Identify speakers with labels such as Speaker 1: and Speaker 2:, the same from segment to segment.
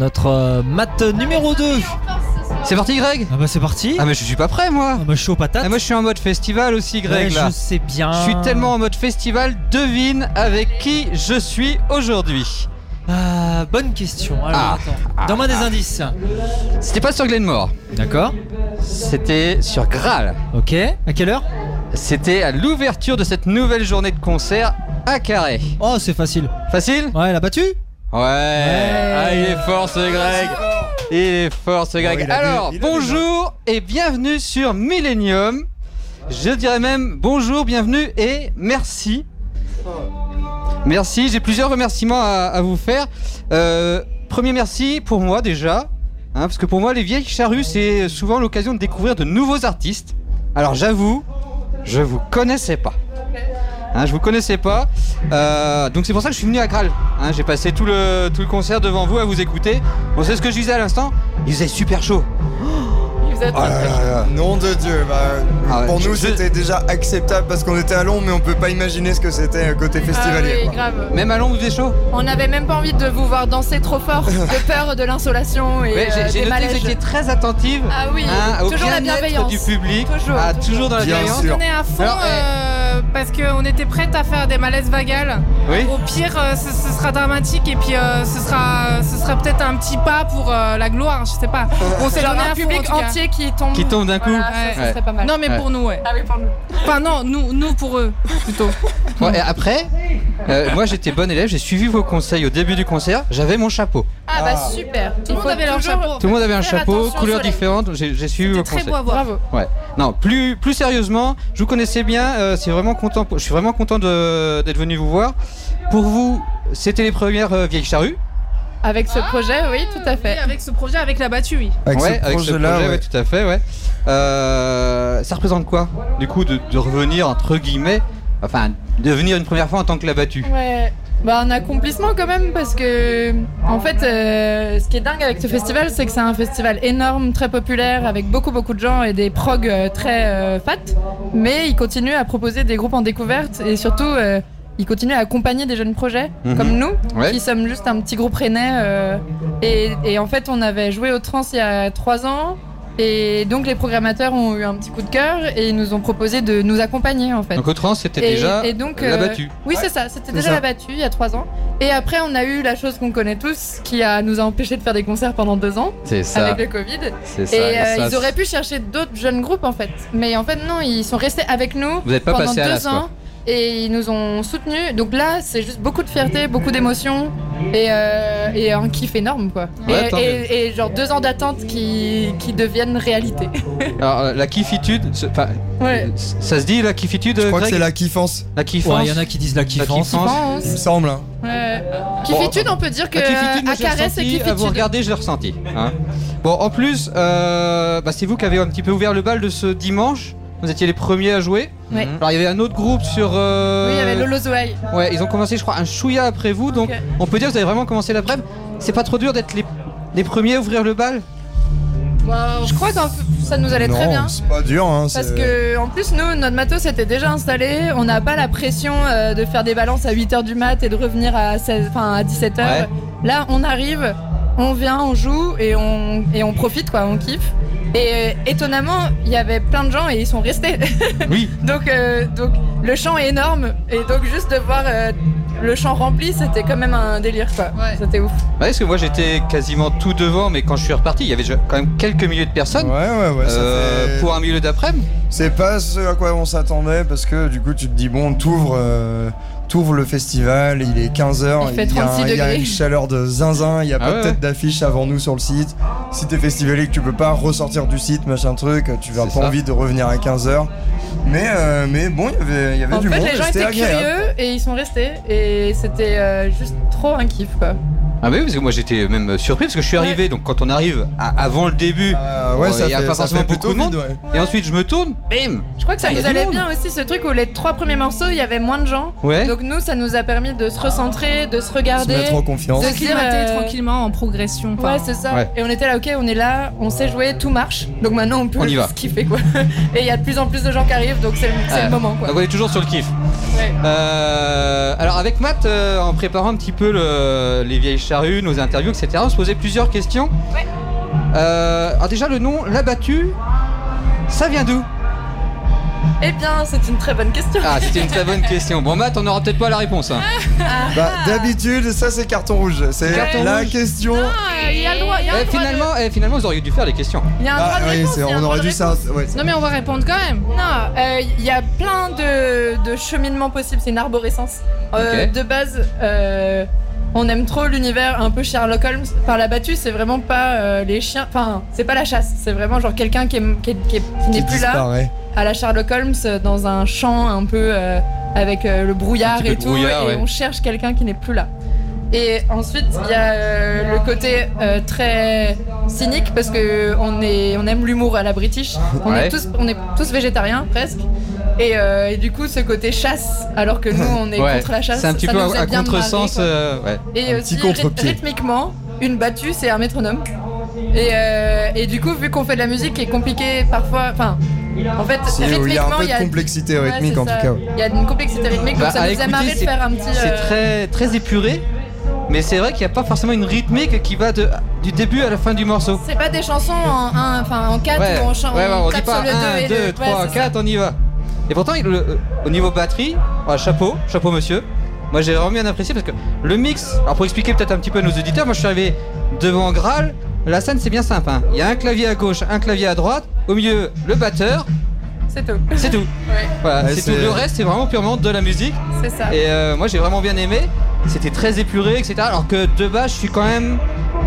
Speaker 1: Notre euh, mat numéro 2
Speaker 2: C'est parti Greg
Speaker 1: Ah bah c'est parti
Speaker 2: Ah mais je suis pas prêt moi
Speaker 1: Ah bah, je suis aux patates
Speaker 2: Ah moi je suis en mode festival aussi Greg
Speaker 1: Ouais,
Speaker 2: là
Speaker 1: Je sais bien
Speaker 2: Je suis tellement en mode festival, devine avec qui je suis aujourd'hui.
Speaker 1: Ah, bonne question Alors
Speaker 2: Ah.
Speaker 1: attends Donne-moi des indices
Speaker 2: C'était pas sur Glenmore,
Speaker 1: D'accord
Speaker 2: c'était sur Graal.
Speaker 1: Ok À quelle heure
Speaker 2: C'était à l'ouverture de cette nouvelle journée de concert à Carré.
Speaker 1: Oh c'est facile
Speaker 2: Facile
Speaker 1: Ouais elle a battu
Speaker 2: Ouais, Ah, il est fort ce Greg Il est fort ce Greg
Speaker 3: Oh, il a
Speaker 2: Alors,
Speaker 3: vu, il a vu,
Speaker 2: bonjour et bienvenue sur Millennium. Je dirais même bonjour, bienvenue et merci. Merci, j'ai plusieurs remerciements à, à vous faire. Euh, premier merci pour moi déjà, hein, parce que pour moi les vieilles charrues c'est souvent l'occasion de découvrir de nouveaux artistes. Alors j'avoue, je vous connaissais pas. Hein, je vous connaissais pas. Euh, donc c'est pour ça que je suis venu à Graal. Hein, J'ai passé tout le, tout le concert devant vous à vous écouter. On sait ce que je disais à l'instant Il faisait super chaud. Oh
Speaker 3: Ah,
Speaker 4: Ah
Speaker 2: là là là.
Speaker 3: Nom de Dieu, bah,
Speaker 2: Ah ouais,
Speaker 3: pour
Speaker 2: je-
Speaker 3: nous
Speaker 2: je-
Speaker 3: c'était déjà acceptable parce qu'on était à Londres, mais on peut pas imaginer ce que c'était euh, côté festivalier.
Speaker 4: Ah oui,
Speaker 3: quoi.
Speaker 4: grave.
Speaker 2: Même à Londres, il faisait chaud.
Speaker 4: On n'avait même pas envie de vous voir danser trop fort, de peur de l'insolation et
Speaker 2: Ouais, j'ai-
Speaker 4: euh,
Speaker 2: J'ai
Speaker 4: des
Speaker 2: noté que
Speaker 4: malaises.
Speaker 2: vous étiez très attentive
Speaker 4: Ah oui,
Speaker 2: hein, au
Speaker 4: toujours la
Speaker 2: bien-être
Speaker 4: bienveillance.
Speaker 2: du public.
Speaker 4: Toujours,
Speaker 2: Ah,
Speaker 4: toujours.
Speaker 2: toujours dans la
Speaker 3: Bien
Speaker 2: bienveillance.
Speaker 3: sûr.
Speaker 5: On est à fond
Speaker 4: eh.
Speaker 2: Alors,
Speaker 5: euh, parce qu'on était prête à faire des malaises vagales.
Speaker 4: Eh.
Speaker 2: Oui.
Speaker 5: Au pire, euh, ce, ce sera dramatique et puis euh, ce sera, ce sera peut-être un petit pas pour euh, la gloire, je sais pas. On s'est
Speaker 4: Euh, Genre
Speaker 5: donné à
Speaker 4: un
Speaker 5: fond,
Speaker 4: public
Speaker 5: en tout cas.
Speaker 4: entier qui tombe.
Speaker 2: Qui tombe d'un coup.
Speaker 4: Voilà, ça, ça
Speaker 2: Ouais.
Speaker 4: serait pas mal.
Speaker 5: Non mais pour nous, ouais.
Speaker 4: Ah oui, pour nous.
Speaker 5: Enfin non, nous, nous pour eux plutôt.
Speaker 2: Bon, et après, euh, moi j'étais bon élève, j'ai suivi vos conseils au début du concert. J'avais mon chapeau.
Speaker 4: Ah bah super.
Speaker 5: Tout le monde avait leur chapeau.
Speaker 2: Tout le monde avait un
Speaker 5: Faire
Speaker 2: chapeau,
Speaker 5: attention au
Speaker 2: couleurs
Speaker 5: soleil.
Speaker 2: différentes. J'ai j'ai suivi vos
Speaker 5: C'était très
Speaker 2: conseils.
Speaker 5: beau à voir.
Speaker 2: Ouais. Non, plus, plus sérieusement, je vous connaissais bien. euh, c'est vraiment content. pour- je suis vraiment content de- d'être venu vous voir. Pour vous, c'était les premières euh, vieilles charrues.
Speaker 4: Avec ce projet, oui, tout à
Speaker 5: Oui,
Speaker 4: fait.
Speaker 5: avec ce projet, avec la battue, oui.
Speaker 3: Avec
Speaker 2: Ouais,
Speaker 3: ce
Speaker 2: avec ce
Speaker 3: projet-là,
Speaker 2: projet,
Speaker 3: ouais.
Speaker 2: ouais, tout à fait, ouais. Euh, ça représente quoi, du coup, de, de revenir entre guillemets, enfin, de venir une première fois en tant que la battue.
Speaker 4: Ouais. Bah un accomplissement quand même parce que en fait euh, ce qui est dingue avec ce festival c'est que c'est un festival énorme, très populaire avec beaucoup beaucoup de gens et des prog euh, très euh, fat mais il continue à proposer des groupes en découverte et surtout euh, il continue à accompagner des jeunes projets
Speaker 2: Mhm.
Speaker 4: comme nous
Speaker 2: Ouais.
Speaker 4: qui sommes juste un petit groupe rennais euh, et, et en fait on avait joué au trans il y a trois ans et donc les programmateurs ont eu un petit coup de cœur et ils nous ont proposé de nous accompagner en fait.
Speaker 2: Donc au trans, c'était
Speaker 4: Et-
Speaker 2: déjà
Speaker 4: et donc,
Speaker 2: la
Speaker 4: euh,
Speaker 2: battue.
Speaker 4: Oui, c'est ça, c'était
Speaker 3: c'est
Speaker 4: déjà
Speaker 3: ça.
Speaker 4: la battue il y a trois ans. Et après, on a eu la chose qu'on connaît tous, qui a, nous a empêché de faire des concerts pendant deux ans,
Speaker 2: C'est ça.
Speaker 4: avec le Covid.
Speaker 2: C'est ça.
Speaker 4: et
Speaker 2: et
Speaker 4: euh,
Speaker 2: ça,
Speaker 4: ils auraient pu chercher d'autres jeunes groupes, en fait. Mais en fait, non, ils sont restés avec nous
Speaker 2: Vous n'êtes pas
Speaker 4: pendant
Speaker 2: passé à la
Speaker 4: deux ans. Et ils nous ont soutenus. Donc là, c'est juste beaucoup de fierté, beaucoup d'émotion et, euh, et un kiff énorme, quoi.
Speaker 2: Ouais,
Speaker 4: Et-
Speaker 2: tant
Speaker 4: et, et genre deux ans d'attente qui, qui deviennent réalité.
Speaker 2: Alors euh, la kiffitude, ce- enfin,
Speaker 4: Ouais.
Speaker 2: ça se dit la kiffitude.
Speaker 3: Je crois que
Speaker 2: Greg
Speaker 3: c'est la kiffance,
Speaker 2: La
Speaker 1: Ouais
Speaker 2: kiffance.
Speaker 1: il y en a qui disent la
Speaker 2: La
Speaker 1: kiffance
Speaker 2: kiffance.
Speaker 4: Pense.
Speaker 3: il me semble. hein.
Speaker 4: Ouais. Kiffitude, on peut dire que euh,
Speaker 2: La kiffitude, moi,
Speaker 4: à
Speaker 2: je l'ai
Speaker 4: caresse et
Speaker 2: ressenti, à vous
Speaker 4: kiffitude.
Speaker 2: regarder, je l'ai ressenti. hein. Bon, en plus, euh, bah, c'est vous qui avez un petit peu ouvert le bal de ce dimanche. Vous étiez les premiers à jouer. Mhm.
Speaker 4: Ouais.
Speaker 2: Alors, il y avait un autre groupe sur. euh,
Speaker 4: Oui, il y avait Lolo Zoé.
Speaker 2: Ouais, ils ont commencé, je crois, un chouïa après vous. Donc,
Speaker 4: Ok.
Speaker 2: on peut dire que vous avez vraiment commencé la brève. C'est pas trop dur d'être les, les premiers à ouvrir le bal
Speaker 4: Bah, Je crois que ça nous allait
Speaker 3: non,
Speaker 4: très bien.
Speaker 3: c'est pas dur. Hein,
Speaker 4: Parce
Speaker 3: c'est-
Speaker 4: que, en plus, nous, notre matos était déjà installé. On n'a pas la pression euh, de faire des balances à 8h du mat et de revenir à, 16 enfin, à 17h.
Speaker 2: Ouais.
Speaker 4: Là, on arrive, on vient, on joue et on, et on profite, quoi, on kiffe. Et euh, étonnamment, il y avait plein de gens et ils sont restés.
Speaker 2: Oui.
Speaker 4: donc, euh, donc, le champ est énorme. Et donc, juste de voir euh, le champ rempli, c'était quand même un délire, quoi. C'était ouf.
Speaker 2: Ouais, parce que moi, j'étais quasiment tout devant, mais quand je suis reparti, il y avait déjà quand même quelques milliers de
Speaker 3: Ouais,
Speaker 2: personnes.
Speaker 3: ouais, ouais. ça
Speaker 2: Euh,
Speaker 3: fait-
Speaker 2: Pour un milieu d'après-midi.
Speaker 3: C'est pas ce à quoi on s'attendait parce que du coup tu te dis bon t'ouvres euh, t'ouvres le festival, il est 15h,
Speaker 4: Il fait
Speaker 3: y, a un-
Speaker 4: 36
Speaker 3: il y a une
Speaker 4: degrés.
Speaker 3: chaleur de zinzin, il y a
Speaker 2: Ah
Speaker 3: pas
Speaker 2: ouais,
Speaker 3: de tête d'affiche avant nous sur le site. Si t'es festivalier que tu peux pas ressortir du site, machin truc, tu vas
Speaker 2: C'est
Speaker 3: pas
Speaker 2: ça.
Speaker 3: envie de revenir à 15h. Mais, euh, mais bon, il y avait, il y avait
Speaker 4: En
Speaker 3: du
Speaker 4: fait,
Speaker 3: monde,
Speaker 4: les gens
Speaker 3: c'était
Speaker 4: étaient
Speaker 3: agréable.
Speaker 4: curieux et ils sont restés. Et c'était euh, juste trop un kiff, quoi.
Speaker 2: Ah bah oui, parce que moi j'étais même surpris parce que je suis arrivé, donc quand on arrive à- avant le début,
Speaker 3: Euh, ouais,
Speaker 2: Bon,
Speaker 3: ça
Speaker 2: il y a
Speaker 3: fait,
Speaker 2: pas
Speaker 3: ça
Speaker 2: forcément
Speaker 3: fait plutôt
Speaker 2: beaucoup de monde.
Speaker 3: vide, ouais.
Speaker 2: et ensuite je me tourne, bim
Speaker 4: Je crois que ça
Speaker 2: Ah, il y a
Speaker 4: nous
Speaker 2: du
Speaker 4: allait
Speaker 2: monde.
Speaker 4: bien aussi, ce truc où les trois premiers morceaux, il y avait moins de gens.
Speaker 2: Ouais,
Speaker 4: Donc nous, ça nous a permis de se recentrer, de se
Speaker 3: Se
Speaker 4: regarder.
Speaker 3: mettre en confiance.
Speaker 4: de
Speaker 5: De
Speaker 4: se dire,
Speaker 5: climater
Speaker 4: euh,
Speaker 5: tranquillement en progression. enfin.
Speaker 4: Ouais, c'est ça.
Speaker 2: Ouais.
Speaker 4: Et on était là, ok, on est là, on sait jouer, tout marche. Donc maintenant, on peut
Speaker 2: On y va.
Speaker 4: se kiffer, quoi. Et il y a de plus en plus de gens qui arrivent, donc c'est le, c'est
Speaker 2: Ah.
Speaker 4: le moment, quoi.
Speaker 2: donc on est toujours sur le kiff.
Speaker 4: Ouais.
Speaker 2: Euh, alors avec Matt, euh, en préparant un petit peu le- les vieilles charrues, nos interviews, etc. On se posait plusieurs questions. Euh, alors déjà le nom, la battue, ça vient d'où
Speaker 4: Eh bien, c'est une très bonne question.
Speaker 2: Ah, c'était une très bonne question. Bon, Matt, on n'aura peut-être pas la réponse. hein.
Speaker 3: Bah, d'habitude, ça c'est carton rouge. C'est
Speaker 2: Carton
Speaker 3: la
Speaker 2: rouge.
Speaker 3: question.
Speaker 4: Ah, il y a le droit- il y a un
Speaker 2: Eh,
Speaker 4: droit de-
Speaker 2: finalement, eh, finalement, vous auriez dû faire les questions.
Speaker 4: il y a un droit
Speaker 3: Ah,
Speaker 4: de
Speaker 3: oui,
Speaker 4: réponse,
Speaker 3: c'est-
Speaker 4: il y a un
Speaker 3: on
Speaker 4: droit
Speaker 3: aurait
Speaker 4: de
Speaker 3: dû
Speaker 4: réponse.
Speaker 3: ça. ouais.
Speaker 5: Non, mais on va répondre quand même.
Speaker 4: Non, euh, il y a plein de, de cheminements possibles, c'est une arborescence. Euh,
Speaker 2: Ok.
Speaker 4: De base, euh, on aime trop l'univers un peu Sherlock Holmes. Par la battue, c'est vraiment pas euh, les chiens, enfin, c'est pas la chasse, c'est vraiment genre quelqu'un qui, est- qui, est- qui est- qui
Speaker 3: Qui
Speaker 4: n'est plus là,
Speaker 3: disparaît.
Speaker 4: à la Sherlock Holmes, euh, dans un champ un peu euh, avec euh, le
Speaker 2: Un
Speaker 4: brouillard
Speaker 2: petit peu
Speaker 4: et
Speaker 2: de
Speaker 4: tout,
Speaker 2: brouillard,
Speaker 4: et
Speaker 2: ouais.
Speaker 4: on cherche quelqu'un qui n'est plus là. Et ensuite, il y a euh, le côté euh, très cynique parce que on est, on aime l'humour à la british. On
Speaker 2: Ouais.
Speaker 4: est tous, on est tous végétariens presque. Et, euh, et du coup, ce côté chasse, alors que nous, on est
Speaker 2: Ouais.
Speaker 4: contre la chasse.
Speaker 2: C'est un petit
Speaker 4: ça
Speaker 2: peu
Speaker 4: nous faisait
Speaker 2: à, à
Speaker 4: bien
Speaker 2: contresens.
Speaker 4: marrer, quoi.
Speaker 2: euh, ouais.
Speaker 4: Et
Speaker 3: Un
Speaker 4: aussi,
Speaker 3: petit contre-pied.
Speaker 4: ryth- rythmiquement, une battue, c'est un métronome. Et, euh, et du coup, vu qu'on fait de la musique qui est compliquée parfois, enfin, en fait,
Speaker 3: Si,
Speaker 4: rythmiquement,
Speaker 3: Il y a un peu de
Speaker 4: a-
Speaker 3: complexité
Speaker 4: Ouais,
Speaker 3: rythmique
Speaker 4: c'est
Speaker 3: en tout
Speaker 4: ça.
Speaker 3: cas.
Speaker 4: Il y a une complexité rythmique,
Speaker 2: Bah,
Speaker 4: donc ça
Speaker 2: à
Speaker 4: nous a
Speaker 2: écouter,
Speaker 4: marré de
Speaker 2: c'est-
Speaker 4: faire un petit.
Speaker 2: C'est
Speaker 4: euh,
Speaker 2: très, très épuré, mais c'est vrai qu'il n'y a pas forcément une rythmique qui va de, du début à la fin du morceau.
Speaker 4: C'est pas des chansons en 1, enfin en 4
Speaker 2: Ouais,
Speaker 4: ou en chant.
Speaker 2: ouais, ouais, on dit
Speaker 4: tape
Speaker 2: pas
Speaker 4: sur le 2
Speaker 2: 1,
Speaker 4: et le
Speaker 2: 2,
Speaker 4: ouais,
Speaker 2: 3,
Speaker 4: c'est ça.
Speaker 2: 4, on y va. Et pourtant, il- le- euh, au niveau batterie, ah, chapeau, chapeau monsieur. Moi j'ai vraiment bien apprécié parce que le mix, alors pour expliquer peut-être un petit peu à nos auditeurs, moi je suis arrivé devant Graal, la scène c'est bien simple. hein. Il y a un clavier à gauche, un clavier à droite, au milieu le batteur,
Speaker 4: C'est tout.
Speaker 2: c'est tout.
Speaker 4: Ouais,
Speaker 2: Voilà,
Speaker 3: Ouais,
Speaker 2: c'est
Speaker 3: c'est-
Speaker 2: tout. Le reste c'est vraiment purement de la musique.
Speaker 4: c'est ça.
Speaker 2: Et euh, moi j'ai vraiment bien aimé, c'était très épuré, etc. Alors que de base je suis quand même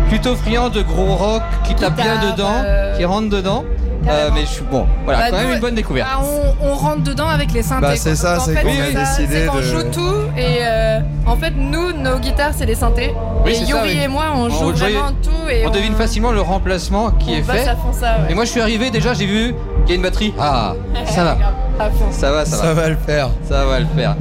Speaker 2: plutôt friand de gros rock qui tape bien
Speaker 4: Guitare,
Speaker 2: dedans,
Speaker 4: euh,
Speaker 2: qui rentre dedans. Euh,
Speaker 4: carrément.
Speaker 2: mais je suis bon, voilà,
Speaker 4: Bah,
Speaker 2: quand même
Speaker 4: nous,
Speaker 2: une bonne découverte.
Speaker 5: Bah, on, on rentre dedans avec les synthés.
Speaker 3: Bah, c'est
Speaker 5: quoi.
Speaker 3: ça,
Speaker 4: Donc, en
Speaker 3: c'est
Speaker 4: fait,
Speaker 3: qu'on
Speaker 2: oui,
Speaker 3: a
Speaker 2: oui,
Speaker 4: ça,
Speaker 3: décidé
Speaker 4: c'est qu'on
Speaker 3: de.
Speaker 4: joue tout et euh, en fait nous nos guitares c'est les synthés
Speaker 2: Oui,
Speaker 4: et
Speaker 2: c'est
Speaker 4: Yuri
Speaker 2: ça, oui.
Speaker 4: et moi on,
Speaker 2: On
Speaker 4: joue
Speaker 2: le voyait.
Speaker 4: vraiment tout et
Speaker 2: on devine facilement le remplacement qui
Speaker 4: on
Speaker 2: est
Speaker 4: bosse
Speaker 2: fait.
Speaker 4: à fond ça ouais.
Speaker 2: Et moi je suis arrivé déjà, j'ai vu qu'il y a une batterie. Ah, ça va,
Speaker 4: à fond.
Speaker 2: ça va, ça va,
Speaker 3: Ça va le faire.
Speaker 2: ça va le faire.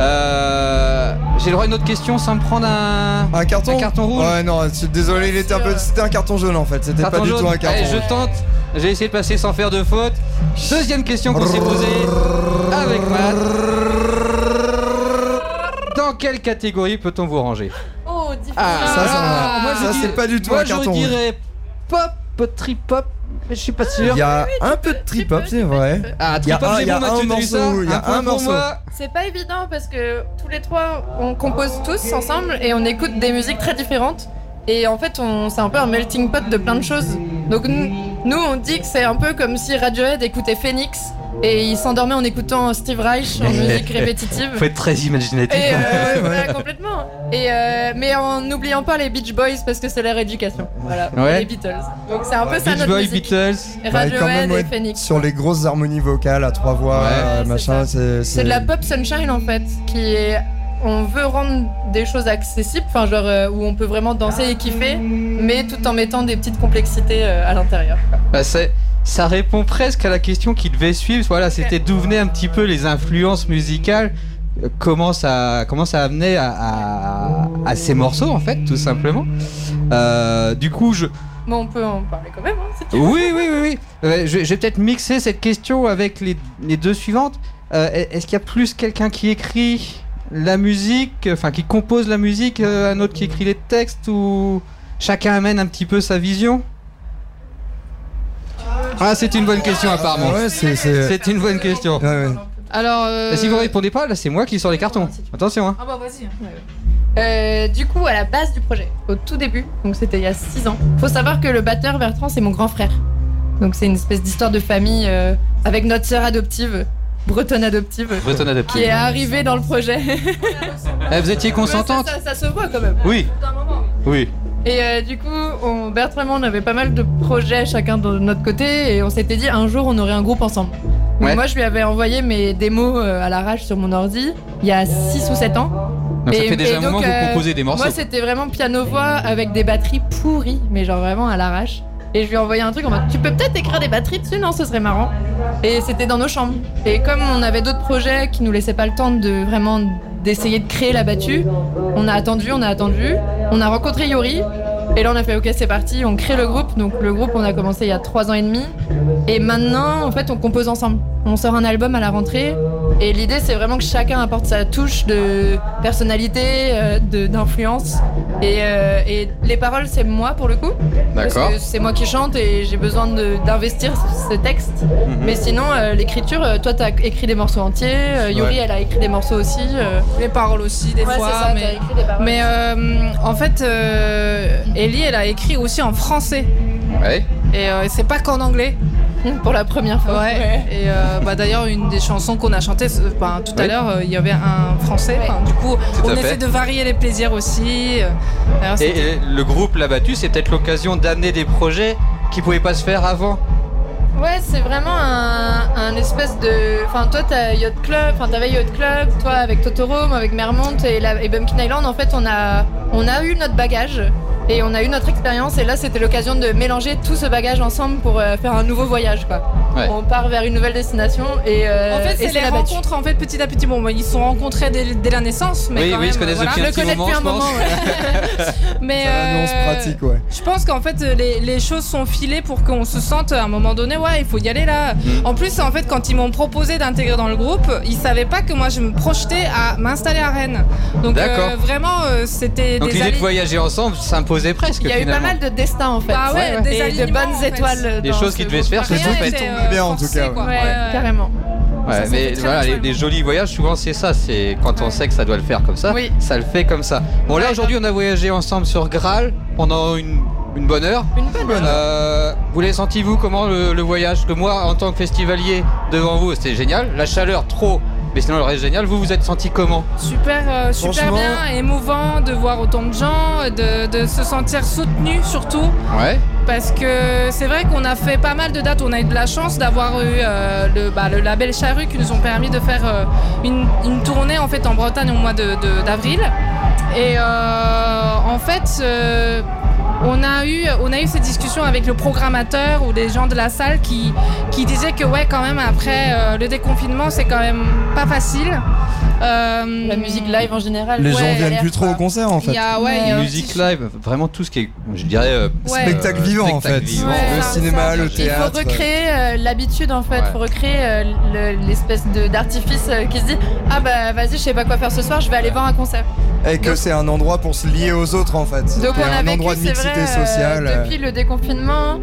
Speaker 2: Euh, j'ai le droit à une autre question sans me prendre un,
Speaker 3: Un carton
Speaker 2: Un carton rouge.
Speaker 3: Ouais, non, je suis désolé, il était un
Speaker 4: euh,
Speaker 3: peu. C'était un carton jaune en fait, c'était
Speaker 2: carton
Speaker 3: pas du
Speaker 2: jaune.
Speaker 3: tout un carton.
Speaker 2: Allez, je tente. J'ai essayé de passer sans faire de faute. Deuxième question qu'on s'est posée avec Matt. Dans quelle catégorie peut-on vous ranger
Speaker 4: Oh difficile.
Speaker 2: Ah,
Speaker 3: Ça, ça,
Speaker 2: Ah, moi, je
Speaker 3: ça,
Speaker 2: dis-
Speaker 3: c'est pas du tout
Speaker 2: Moi,
Speaker 3: un carton
Speaker 2: je
Speaker 3: rouge.
Speaker 2: dirais pop, trip-hop, mais je suis pas sûr.
Speaker 3: Il y a un peu de trip hop, c'est vrai.
Speaker 2: Ah,
Speaker 3: Il y a
Speaker 2: trip-hop,
Speaker 3: un-
Speaker 2: j'ai
Speaker 3: il y a
Speaker 2: bon, Mathieu,
Speaker 3: un
Speaker 2: t'as vu
Speaker 3: morceau,
Speaker 2: ça
Speaker 3: il y a
Speaker 2: point
Speaker 3: un
Speaker 2: pour
Speaker 3: morceau.
Speaker 2: moi.
Speaker 4: C'est pas évident parce que tous les trois, on compose tous ensemble et on écoute des musiques très différentes. Et en fait, on- c'est un peu un melting pot de plein de choses. Donc nous, nous, on dit que c'est un peu comme si Radiohead écoutait Phoenix et il s'endormait en écoutant Steve Reich en musique répétitive.
Speaker 2: Faut être très imaginatif.
Speaker 4: Et euh, voilà, complètement. Et euh, mais en n'oubliant pas les Beach Boys parce que c'est leur éducation. Voilà.
Speaker 2: Ouais.
Speaker 4: Et Les Beatles. Donc c'est un peu ça
Speaker 2: Beach
Speaker 4: notre
Speaker 2: Boy,
Speaker 4: musique.
Speaker 2: Beatles.
Speaker 3: Bah, quand
Speaker 4: Radiohead
Speaker 3: même,
Speaker 4: et
Speaker 3: ouais,
Speaker 4: Phoenix.
Speaker 3: Sur les grosses harmonies vocales à trois voix,
Speaker 2: Ouais.
Speaker 3: euh,
Speaker 4: Ouais, c'est
Speaker 3: machin,
Speaker 4: ça.
Speaker 3: c'est.
Speaker 4: C'est de
Speaker 2: Mm.
Speaker 4: la pop sunshine en fait, qui est. On veut rendre des choses accessibles, enfin genre euh, où on peut vraiment danser et kiffer, mais tout en mettant des petites complexités euh, à l'intérieur.
Speaker 2: Bah, c'est- ça répond presque à la question qui devait suivre. Voilà, c'était d'où venaient un petit peu les influences musicales, euh, comment ça, comment ça amenait à, à- à ces morceaux, en fait, tout simplement. Euh, du coup, je.
Speaker 4: Bon, on peut en parler quand même. Hein, si tu veux.
Speaker 2: Oui, oui, oui, oui. Euh, je, je vais peut-être mixer cette question avec les, les deux suivantes. Euh, Est-ce qu'il y a plus quelqu'un qui écrit la musique, euh, enfin qui compose la musique, euh, un autre qui écrit les textes, ou chacun amène un petit peu sa vision Ah, c'est une bonne question apparemment.
Speaker 3: Ouais, c'est. c'est-
Speaker 2: C'est une bonne question.
Speaker 3: Ouais, ouais.
Speaker 5: Alors. euh,
Speaker 2: Si vous répondez pas, là c'est moi qui sors les cartons. Attention. Hein.
Speaker 5: Ah bah vas-y.
Speaker 4: Euh, du coup, à la base du projet, au tout début, donc c'était il y a 6 ans, faut savoir que le batteur Bertrand, c'est mon grand frère. Donc c'est une espèce d'histoire de famille euh, avec notre sœur adoptive, bretonne adoptive,
Speaker 2: Breton
Speaker 4: qui est arrivée dans le projet.
Speaker 2: Eh, vous étiez consentante
Speaker 4: ça, ça- ça se voit quand même.
Speaker 2: Oui. Oui.
Speaker 4: Et euh, du coup, on, Bertrand et moi, on avait pas mal de projets chacun de notre côté et on s'était dit un jour on aurait un groupe ensemble. Donc
Speaker 2: Ouais.
Speaker 4: Moi, je lui avais envoyé mes démos euh, à l'arrache sur mon ordi il y a 6 ou 7 ans.
Speaker 2: Donc ça
Speaker 4: Et-
Speaker 2: fait déjà
Speaker 4: et
Speaker 2: un moment
Speaker 4: donc,
Speaker 2: que vous
Speaker 4: euh,
Speaker 2: composez des morceaux.
Speaker 4: Moi, c'était vraiment piano-voix avec des batteries pourries, mais genre vraiment à l'arrache. Et je lui ai envoyé un truc en mode Tu peux peut-être écrire des batteries dessus Non, ce serait marrant. Et c'était dans nos chambres. Et comme on avait d'autres projets qui nous laissaient pas le temps de vraiment d'essayer de créer la battue, on a attendu, on a attendu. On a rencontré Yori. Et là, on a fait OK, c'est parti, on crée le groupe. Donc, le groupe, on a commencé il y a trois ans et demi. Et maintenant, en fait, on compose ensemble. On sort un album à la rentrée. Et l'idée, c'est vraiment que chacun apporte sa touche de personnalité, euh, de- d'influence. Et, euh, et les paroles, c'est moi pour le coup. Parce
Speaker 2: D'accord.
Speaker 4: que c'est moi qui chante et j'ai besoin de- d'investir ces textes. Mais sinon, euh, l'écriture, euh, toi, t'as écrit des morceaux entiers. euh, Yuri, elle a écrit des morceaux aussi. euh.
Speaker 5: Les paroles aussi, des
Speaker 4: Ouais,
Speaker 5: fois.
Speaker 4: c'est ça, t'as
Speaker 5: mais
Speaker 4: écrit des paroles.
Speaker 5: mais, euh, en fait, euh, Ellie, elle a écrit aussi en français.
Speaker 2: Ouais.
Speaker 5: Et euh, c'est pas qu'en anglais.
Speaker 4: euh, pour la première
Speaker 5: Ouais.
Speaker 4: fois.
Speaker 5: Et euh, bah, d'ailleurs, une des chansons qu'on a chantées c'est- ben, tout à
Speaker 2: Oui.
Speaker 5: l'heure, euh, il y avait un français.
Speaker 4: Ouais.
Speaker 5: Enfin, du coup,
Speaker 2: Tout à
Speaker 5: on
Speaker 2: fait.
Speaker 5: essaie de varier les plaisirs aussi. euh. D'ailleurs,
Speaker 2: Et,
Speaker 5: c'était-
Speaker 2: et le groupe l'a battu, c'est peut-être l'occasion d'amener des projets qui pouvaient pas se faire avant.
Speaker 4: Ouais, c'est vraiment un, un espèce de. Enfin, toi, t'as Yacht Club, enfin, t'avais Yacht Club, toi avec Totoro, moi avec Mermont et, la- et Bumpkin Island. En fait, on a, on a eu notre bagage et on a eu notre expérience. Et là, c'était l'occasion de mélanger tout ce bagage ensemble pour euh, faire un nouveau voyage, quoi.
Speaker 2: Ouais.
Speaker 4: On part vers une nouvelle destination et. euh,
Speaker 5: En fait,
Speaker 4: et
Speaker 5: c'est les
Speaker 4: la battue.
Speaker 5: rencontres en fait petit à petit. Bon, bah, ils se sont rencontrés dès, dès la naissance, mais
Speaker 2: Oui,
Speaker 5: quand
Speaker 2: oui, ils se connaissent
Speaker 5: même, voilà.
Speaker 2: depuis un
Speaker 5: Ah, Le
Speaker 2: petit
Speaker 5: connaissent depuis
Speaker 2: moment,
Speaker 5: un moment, ouais. mais
Speaker 3: C'est l'annonce
Speaker 5: euh,
Speaker 3: pratique, ouais.
Speaker 5: Je pense qu'en fait euh, les, les choses sont filées pour qu'on se sente à un moment donné ouais il faut y aller là. En plus en fait quand ils m'ont proposé d'intégrer dans le groupe, ils savaient pas que moi je me projetais à m'installer à Rennes. Donc
Speaker 2: D'accord.
Speaker 5: euh, vraiment euh, c'était
Speaker 2: Donc
Speaker 5: des
Speaker 2: l'idée de
Speaker 5: allées-
Speaker 2: voyager ensemble s'imposait presque
Speaker 4: Il y a eu pas
Speaker 2: finalement.
Speaker 4: mal de destins, en fait.
Speaker 5: Bah ouais, des
Speaker 4: et de
Speaker 5: alignements, en
Speaker 4: bonnes
Speaker 5: fait.
Speaker 4: étoiles.
Speaker 2: Des
Speaker 4: dans
Speaker 2: choses
Speaker 4: ce
Speaker 2: qui devaient se
Speaker 4: groupe.
Speaker 2: faire, c'est
Speaker 5: Rien
Speaker 2: tout fait.
Speaker 5: était, euh,
Speaker 3: tombait bien, en tout
Speaker 5: forcé,
Speaker 3: cas,
Speaker 5: quoi.
Speaker 3: ouais.
Speaker 4: Ouais,
Speaker 5: Ouais, ouais.
Speaker 4: carrément.
Speaker 5: Ça,
Speaker 2: Ouais,
Speaker 5: ça
Speaker 2: mais
Speaker 5: fait très
Speaker 2: voilà, les,
Speaker 5: naturellement.
Speaker 2: les jolis voyages, souvent c'est ça, c'est quand on
Speaker 5: Ouais.
Speaker 2: sait que ça doit le faire comme ça,
Speaker 4: Oui.
Speaker 2: ça le fait comme ça. Bon là
Speaker 5: Ouais,
Speaker 2: aujourd'hui on a voyagé ensemble sur Graal pendant une, une bonne heure.
Speaker 4: Une bonne
Speaker 2: Euh, vous l'avez senti vous comment le, le voyage Parce que moi en tant que festivalier devant vous c'était génial, la chaleur trop, mais sinon le reste génial, vous vous êtes senti comment
Speaker 5: Super, euh, super
Speaker 3: Franchement-
Speaker 5: bien, émouvant de voir autant de gens, de, de se sentir soutenu surtout.
Speaker 2: Ouais.
Speaker 5: Parce que c'est vrai qu'on a fait pas mal de dates, on a eu de la chance d'avoir eu euh, le, bah, le label Charru qui nous ont permis de faire euh, une, une tournée en fait en Bretagne au mois de- de- d'avril. Et euh, en fait, euh, on, a eu, on a eu cette discussion avec le programmateur ou des gens de la salle qui, qui disaient que ouais quand même après euh, le déconfinement c'est quand même pas facile. Euh,
Speaker 4: La musique live en général.
Speaker 3: Les gens
Speaker 5: ouais,
Speaker 3: viennent plus trop au concert en
Speaker 5: il
Speaker 3: fait.
Speaker 5: y a, ouais, il y a un
Speaker 2: Musique
Speaker 5: petit-
Speaker 2: live, vraiment tout ce qui est, je dirais, euh,
Speaker 5: Ouais.
Speaker 3: Spectacle vivant en
Speaker 2: spectacle
Speaker 3: fait.
Speaker 2: vivant.
Speaker 5: Ouais.
Speaker 3: Le cinéma, le
Speaker 4: Il faut
Speaker 3: théâtre.
Speaker 4: recréer euh, l'habitude en fait,
Speaker 2: Ouais.
Speaker 4: faut recréer euh, le- l'espèce de- d'artifice euh, qui se dit Ah bah vas-y, je sais pas quoi faire ce soir, je vais aller voir un concert.
Speaker 3: Et que c'est un endroit pour se lier aux autres en fait.
Speaker 4: Donc
Speaker 3: Et
Speaker 4: on
Speaker 3: un
Speaker 4: a vécu,
Speaker 3: endroit de
Speaker 4: c'est vrai,
Speaker 3: mixité
Speaker 4: euh,
Speaker 3: sociale. euh,
Speaker 4: depuis le déconfinement,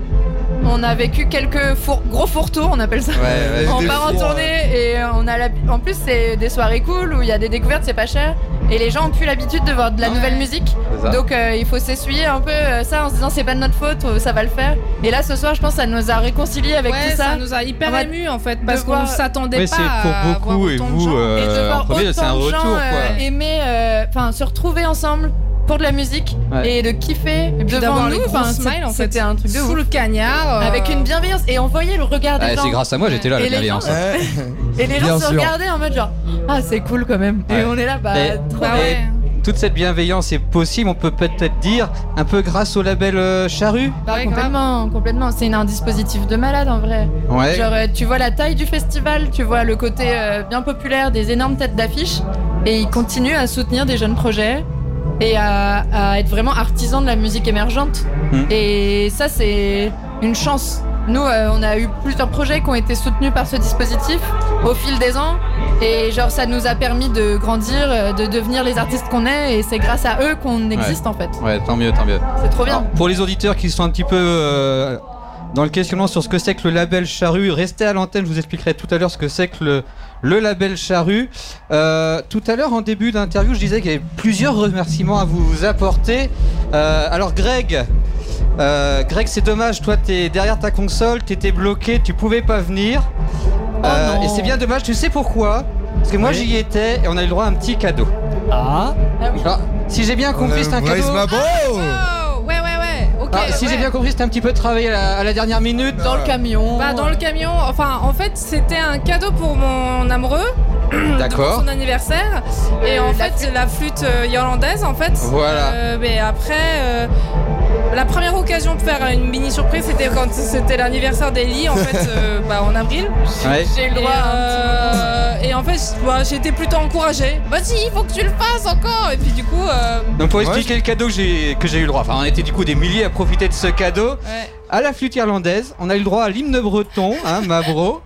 Speaker 4: on a vécu quelques four- gros fourre-tours, on appelle ça.
Speaker 2: Ouais, ouais.
Speaker 4: On
Speaker 3: des
Speaker 4: part en
Speaker 3: fours,
Speaker 4: tournée et euh, on a l'hab- en plus c'est des soirées cool où il y a des découvertes, c'est pas cher et les gens ont plus l'habitude de voir de la
Speaker 5: Ouais.
Speaker 4: nouvelle musique.
Speaker 2: C'est ça.
Speaker 4: Donc euh, il faut s'essuyer un peu euh, ça en se disant c'est pas de notre faute, euh, ça va le faire. Et là ce soir je pense ça nous a réconciliés avec
Speaker 5: Ouais,
Speaker 4: tout
Speaker 5: ça.
Speaker 4: ça.
Speaker 5: nous a hyper
Speaker 4: On va
Speaker 5: ému en fait parce qu'on
Speaker 4: devoir-
Speaker 5: s'attendait
Speaker 2: Oui,
Speaker 5: pas
Speaker 2: c'est
Speaker 5: à
Speaker 2: pour beaucoup
Speaker 5: voir
Speaker 2: et
Speaker 5: autant de
Speaker 2: vous,
Speaker 5: gens.
Speaker 4: Et de
Speaker 2: euh,
Speaker 4: voir
Speaker 2: en fait, c'est un
Speaker 4: autant de
Speaker 2: retour
Speaker 4: gens euh,
Speaker 2: quoi.
Speaker 4: aimer, euh, enfin se retrouver ensemble pour de la musique
Speaker 2: Ouais.
Speaker 4: et de kiffer
Speaker 5: puis
Speaker 4: devant
Speaker 5: d'avoir
Speaker 4: nous.
Speaker 5: le gros
Speaker 4: Enfin, c'est-
Speaker 5: smile, en fait.
Speaker 4: c'était un truc de
Speaker 5: sous
Speaker 4: ouf.
Speaker 5: le cagnard euh,
Speaker 4: Avec une bienveillance et on voyait le regard des
Speaker 2: Ouais,
Speaker 4: gens.
Speaker 2: Ah, c'est grâce à moi, j'étais là,
Speaker 4: Et
Speaker 2: la
Speaker 4: les
Speaker 2: bienveillance.
Speaker 4: gens-
Speaker 3: ouais.
Speaker 4: Et les gens
Speaker 3: Bien
Speaker 4: se
Speaker 3: sûr.
Speaker 4: regardaient en mode genre ah c'est cool quand même.
Speaker 2: Ouais.
Speaker 4: Et on est là bah
Speaker 2: Mais-
Speaker 4: trop
Speaker 5: Bah
Speaker 4: bien.
Speaker 5: ouais.
Speaker 2: Toute cette bienveillance est possible, on peut peut-être dire, un peu grâce au label euh, Charru.
Speaker 4: Bah,
Speaker 5: Ouais, grave.
Speaker 4: complètement, complètement. C'est une- un dispositif de malade en vrai.
Speaker 2: Ouais.
Speaker 4: Genre, euh, tu vois la taille du festival, tu vois le côté euh, bien populaire des énormes têtes d'affiche, et ils continuent à soutenir des jeunes projets et à, à être vraiment artisans de la musique émergente.
Speaker 2: Mhm.
Speaker 4: Et ça, c'est une chance. Nous, euh, on a eu plusieurs projets qui ont été soutenus par ce dispositif au fil des ans. Et genre, ça nous a permis de grandir, euh, de devenir les artistes qu'on est. Et c'est grâce à eux qu'on existe, en fait.
Speaker 2: Ouais, tant mieux, tant mieux.
Speaker 4: C'est trop bien.
Speaker 2: Alors,
Speaker 5: Ah.
Speaker 2: pour les auditeurs qui sont un petit peu euh, dans le questionnement sur ce que c'est que le label Charru, restez à l'antenne, je vous expliquerai tout à l'heure ce que c'est que le, le label Charru. Euh, tout à l'heure, en début d'interview, je disais qu'il y avait plusieurs remerciements à vous apporter. Euh, alors, Greg. euh, Greg, c'est dommage, toi t'es derrière ta console, t'étais bloqué, tu pouvais pas venir. Euh,
Speaker 4: non.
Speaker 2: et c'est bien dommage, tu sais pourquoi Parce que moi
Speaker 1: Oui.
Speaker 2: j'y étais et on a eu le droit à un petit cadeau.
Speaker 1: Ah,
Speaker 2: Alors, si j'ai bien compris, c'est un
Speaker 3: Where's
Speaker 2: cadeau.
Speaker 3: my ball
Speaker 4: Ah,
Speaker 5: Oh, ouais ouais ouais ok
Speaker 2: Ah, si
Speaker 5: ouais.
Speaker 2: j'ai bien compris, c'était un petit peu travaillé à la, à la dernière minute.
Speaker 4: Dans le camion.
Speaker 5: Bah, dans le camion, enfin en fait c'était un cadeau pour mon amoureux pour
Speaker 2: D'accord.
Speaker 5: son anniversaire et
Speaker 4: Euh, la
Speaker 5: en fait la flûte euh, irlandaise en fait.
Speaker 2: Voilà.
Speaker 5: Euh, mais après euh, la première occasion de faire une mini surprise c'était quand c'était l'anniversaire d'Ellie en fait euh, bah, en avril.
Speaker 2: Ouais.
Speaker 4: J'ai le
Speaker 5: Et,
Speaker 4: droit à un petit
Speaker 5: euh, et en fait, bah, j'étais plutôt encouragée. Vas-y, il faut que tu le fasses encore. Et puis du coup, euh,
Speaker 2: Donc pour
Speaker 3: Ouais,
Speaker 2: expliquer le cadeau que j'ai que j'ai eu le droit. Enfin, on était du coup des milliers à profiter de ce cadeau.
Speaker 5: ouais.
Speaker 2: À la flûte irlandaise, on a eu le droit à l'hymne breton, hein, Mabro.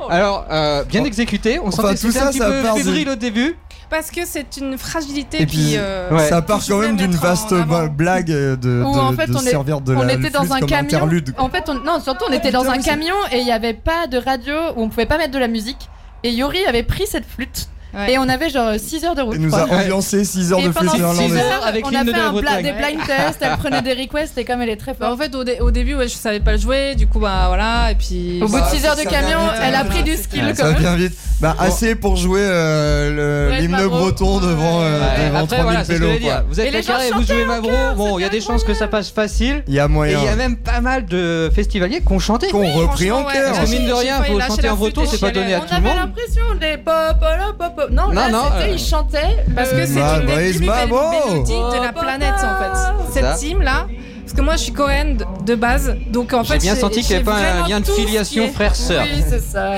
Speaker 5: Oh.
Speaker 2: Alors, euh, bien exécuté, on
Speaker 3: Enfin,
Speaker 2: sentait que
Speaker 3: tout
Speaker 2: c'était
Speaker 3: ça,
Speaker 2: un petit
Speaker 3: ça
Speaker 2: peu
Speaker 3: part de-
Speaker 2: fébrile au début.
Speaker 5: Parce que c'est une fragilité
Speaker 3: Et puis,
Speaker 5: qui. euh,
Speaker 2: Ouais.
Speaker 3: Ça part
Speaker 5: qui
Speaker 3: quand
Speaker 5: se
Speaker 3: même
Speaker 5: met
Speaker 3: d'une
Speaker 5: mettre en
Speaker 3: vaste
Speaker 5: avant.
Speaker 3: ba- blague de, de,
Speaker 4: Où, en fait,
Speaker 3: de
Speaker 4: on est-
Speaker 3: servir de
Speaker 4: on
Speaker 3: la
Speaker 4: était dans
Speaker 3: flûte
Speaker 4: un
Speaker 3: comme
Speaker 4: camion.
Speaker 3: interlude.
Speaker 4: En fait, on, non, surtout on était dans un camion et il n'y avait pas de radio où on pouvait pas mettre de la musique. Et Yori avait pris cette flûte
Speaker 5: Ouais.
Speaker 4: et on avait genre 6 heures de route.
Speaker 3: Il nous
Speaker 4: quoi.
Speaker 3: a ambiancé 6 heures
Speaker 4: Et
Speaker 3: de flûte
Speaker 4: pendant six
Speaker 3: néerlandaise.
Speaker 2: heures avec
Speaker 4: on a
Speaker 2: l'hymne
Speaker 4: fait
Speaker 2: de la
Speaker 4: un bla-
Speaker 2: Bretagne.
Speaker 4: des blind tests, elle prenait des requests et comme elle est très
Speaker 5: Bah, en
Speaker 4: forte.
Speaker 5: fait, au, dé- au début, ouais, je savais pas le jouer, du coup, bah voilà, et puis.
Speaker 4: Au bout de
Speaker 3: Bah,
Speaker 4: 6 heures de
Speaker 3: ça
Speaker 4: camion,
Speaker 3: vient vite,
Speaker 4: elle a
Speaker 3: hein.
Speaker 4: pris du skill
Speaker 2: Ouais,
Speaker 4: quand
Speaker 3: Ça va
Speaker 4: même.
Speaker 3: bien vite. Bah, assez pour jouer euh, le-
Speaker 4: Ouais,
Speaker 3: l'hymne
Speaker 4: Mavro.
Speaker 3: breton devant, euh,
Speaker 2: Ouais,
Speaker 3: devant
Speaker 2: après,
Speaker 3: 3000
Speaker 2: voilà, c'est ce que je
Speaker 3: pélos.
Speaker 2: voulais dire.
Speaker 3: quoi.
Speaker 2: Vous êtes
Speaker 4: Et les
Speaker 2: la
Speaker 4: gens
Speaker 2: carré, vous jouez
Speaker 4: chantaient en
Speaker 2: Mavro.
Speaker 4: chœur,
Speaker 2: Bon, il y a
Speaker 4: c'était
Speaker 2: des chances que ça passe facile.
Speaker 3: Il y
Speaker 2: Et il y
Speaker 3: a
Speaker 2: a
Speaker 3: moyen.
Speaker 2: même pas mal de festivaliers qui ont chanté.
Speaker 3: Qu'on reprit en chœur.
Speaker 2: Parce que mine de rien, faut chanter en breton, c'est pas donné à
Speaker 4: On
Speaker 2: tout le
Speaker 4: avait
Speaker 2: monde.
Speaker 4: l'impression des pop, pop, pop, pop. Non,
Speaker 2: Non,
Speaker 4: là,
Speaker 2: non,
Speaker 4: c'était,
Speaker 2: euh,
Speaker 4: ils chantaient.
Speaker 5: Parce que c'est
Speaker 3: Bah,
Speaker 5: une
Speaker 3: bah,
Speaker 5: des
Speaker 3: is
Speaker 5: plus belles
Speaker 3: Mabo.
Speaker 5: mélodies de la planète en fait.
Speaker 2: Ça.
Speaker 5: Cette team là, parce que moi je suis coréenne de- de base, donc en fait
Speaker 2: J'ai bien senti qu'il n'y avait
Speaker 5: j'ai
Speaker 2: pas un
Speaker 5: vraiment
Speaker 2: lien de
Speaker 5: tout ce qui
Speaker 2: filiation
Speaker 5: est-
Speaker 2: frère-sœur.
Speaker 4: Oui, c'est ça.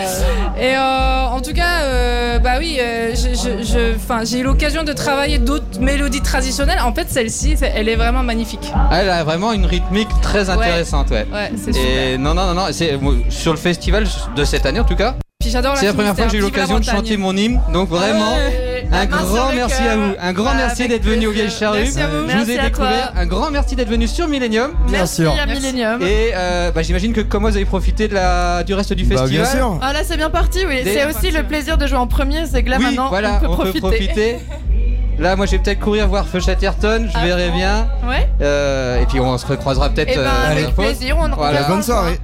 Speaker 5: Et euh, en tout cas, euh, bah oui, euh, je- je- je- enfin, j'ai eu l'occasion de travailler d'autres mélodies traditionnelles. En fait, celle-ci, c'est- elle est vraiment magnifique.
Speaker 2: Elle a vraiment une rythmique très intéressante, ouais.
Speaker 5: Ouais, c'est super.
Speaker 2: Et non, non, non, non, c'est moi, sur le festival de cette année en tout cas.
Speaker 5: Puis j'adore la
Speaker 2: C'est la première fois que j'ai eu
Speaker 5: Finistère, vive la
Speaker 2: l'occasion de chanter
Speaker 5: Bretagne.
Speaker 2: mon hymne, donc vraiment.
Speaker 4: Ouais. La
Speaker 2: Un
Speaker 4: main sur
Speaker 2: grand
Speaker 4: le
Speaker 2: merci
Speaker 4: cœur.
Speaker 2: à vous, un grand
Speaker 4: Bah,
Speaker 2: merci
Speaker 4: avec
Speaker 2: d'être venu au Vieille
Speaker 4: plaisir.
Speaker 2: Charrue.
Speaker 5: Merci à vous.
Speaker 2: Je vous
Speaker 4: Merci
Speaker 2: ai
Speaker 4: à
Speaker 2: découvert,
Speaker 4: toi.
Speaker 2: un grand merci d'être venu sur Millennium.
Speaker 3: Bien
Speaker 4: Merci
Speaker 3: sûr.
Speaker 4: à Millennium.
Speaker 2: Et euh, bah, j'imagine que comme moi, vous avez profité de la, du reste du
Speaker 3: Bah,
Speaker 2: festival.
Speaker 3: bien sûr.
Speaker 4: Ah là c'est bien parti oui,
Speaker 2: Des-
Speaker 4: c'est aussi le plaisir de jouer en premier, c'est que là
Speaker 2: oui,
Speaker 4: maintenant
Speaker 2: voilà,
Speaker 4: on peut profiter.
Speaker 2: Là, moi, je vais peut-être courir voir Feu Chatterton,
Speaker 4: Ah
Speaker 2: je verrai bien.
Speaker 4: Ouais.
Speaker 2: Euh, et puis, on se recroisera peut-être
Speaker 4: Et ben
Speaker 2: euh, à la
Speaker 4: avec
Speaker 2: pause.
Speaker 4: plaisir, on
Speaker 2: Voilà.
Speaker 4: regarde
Speaker 3: Bonne soirée.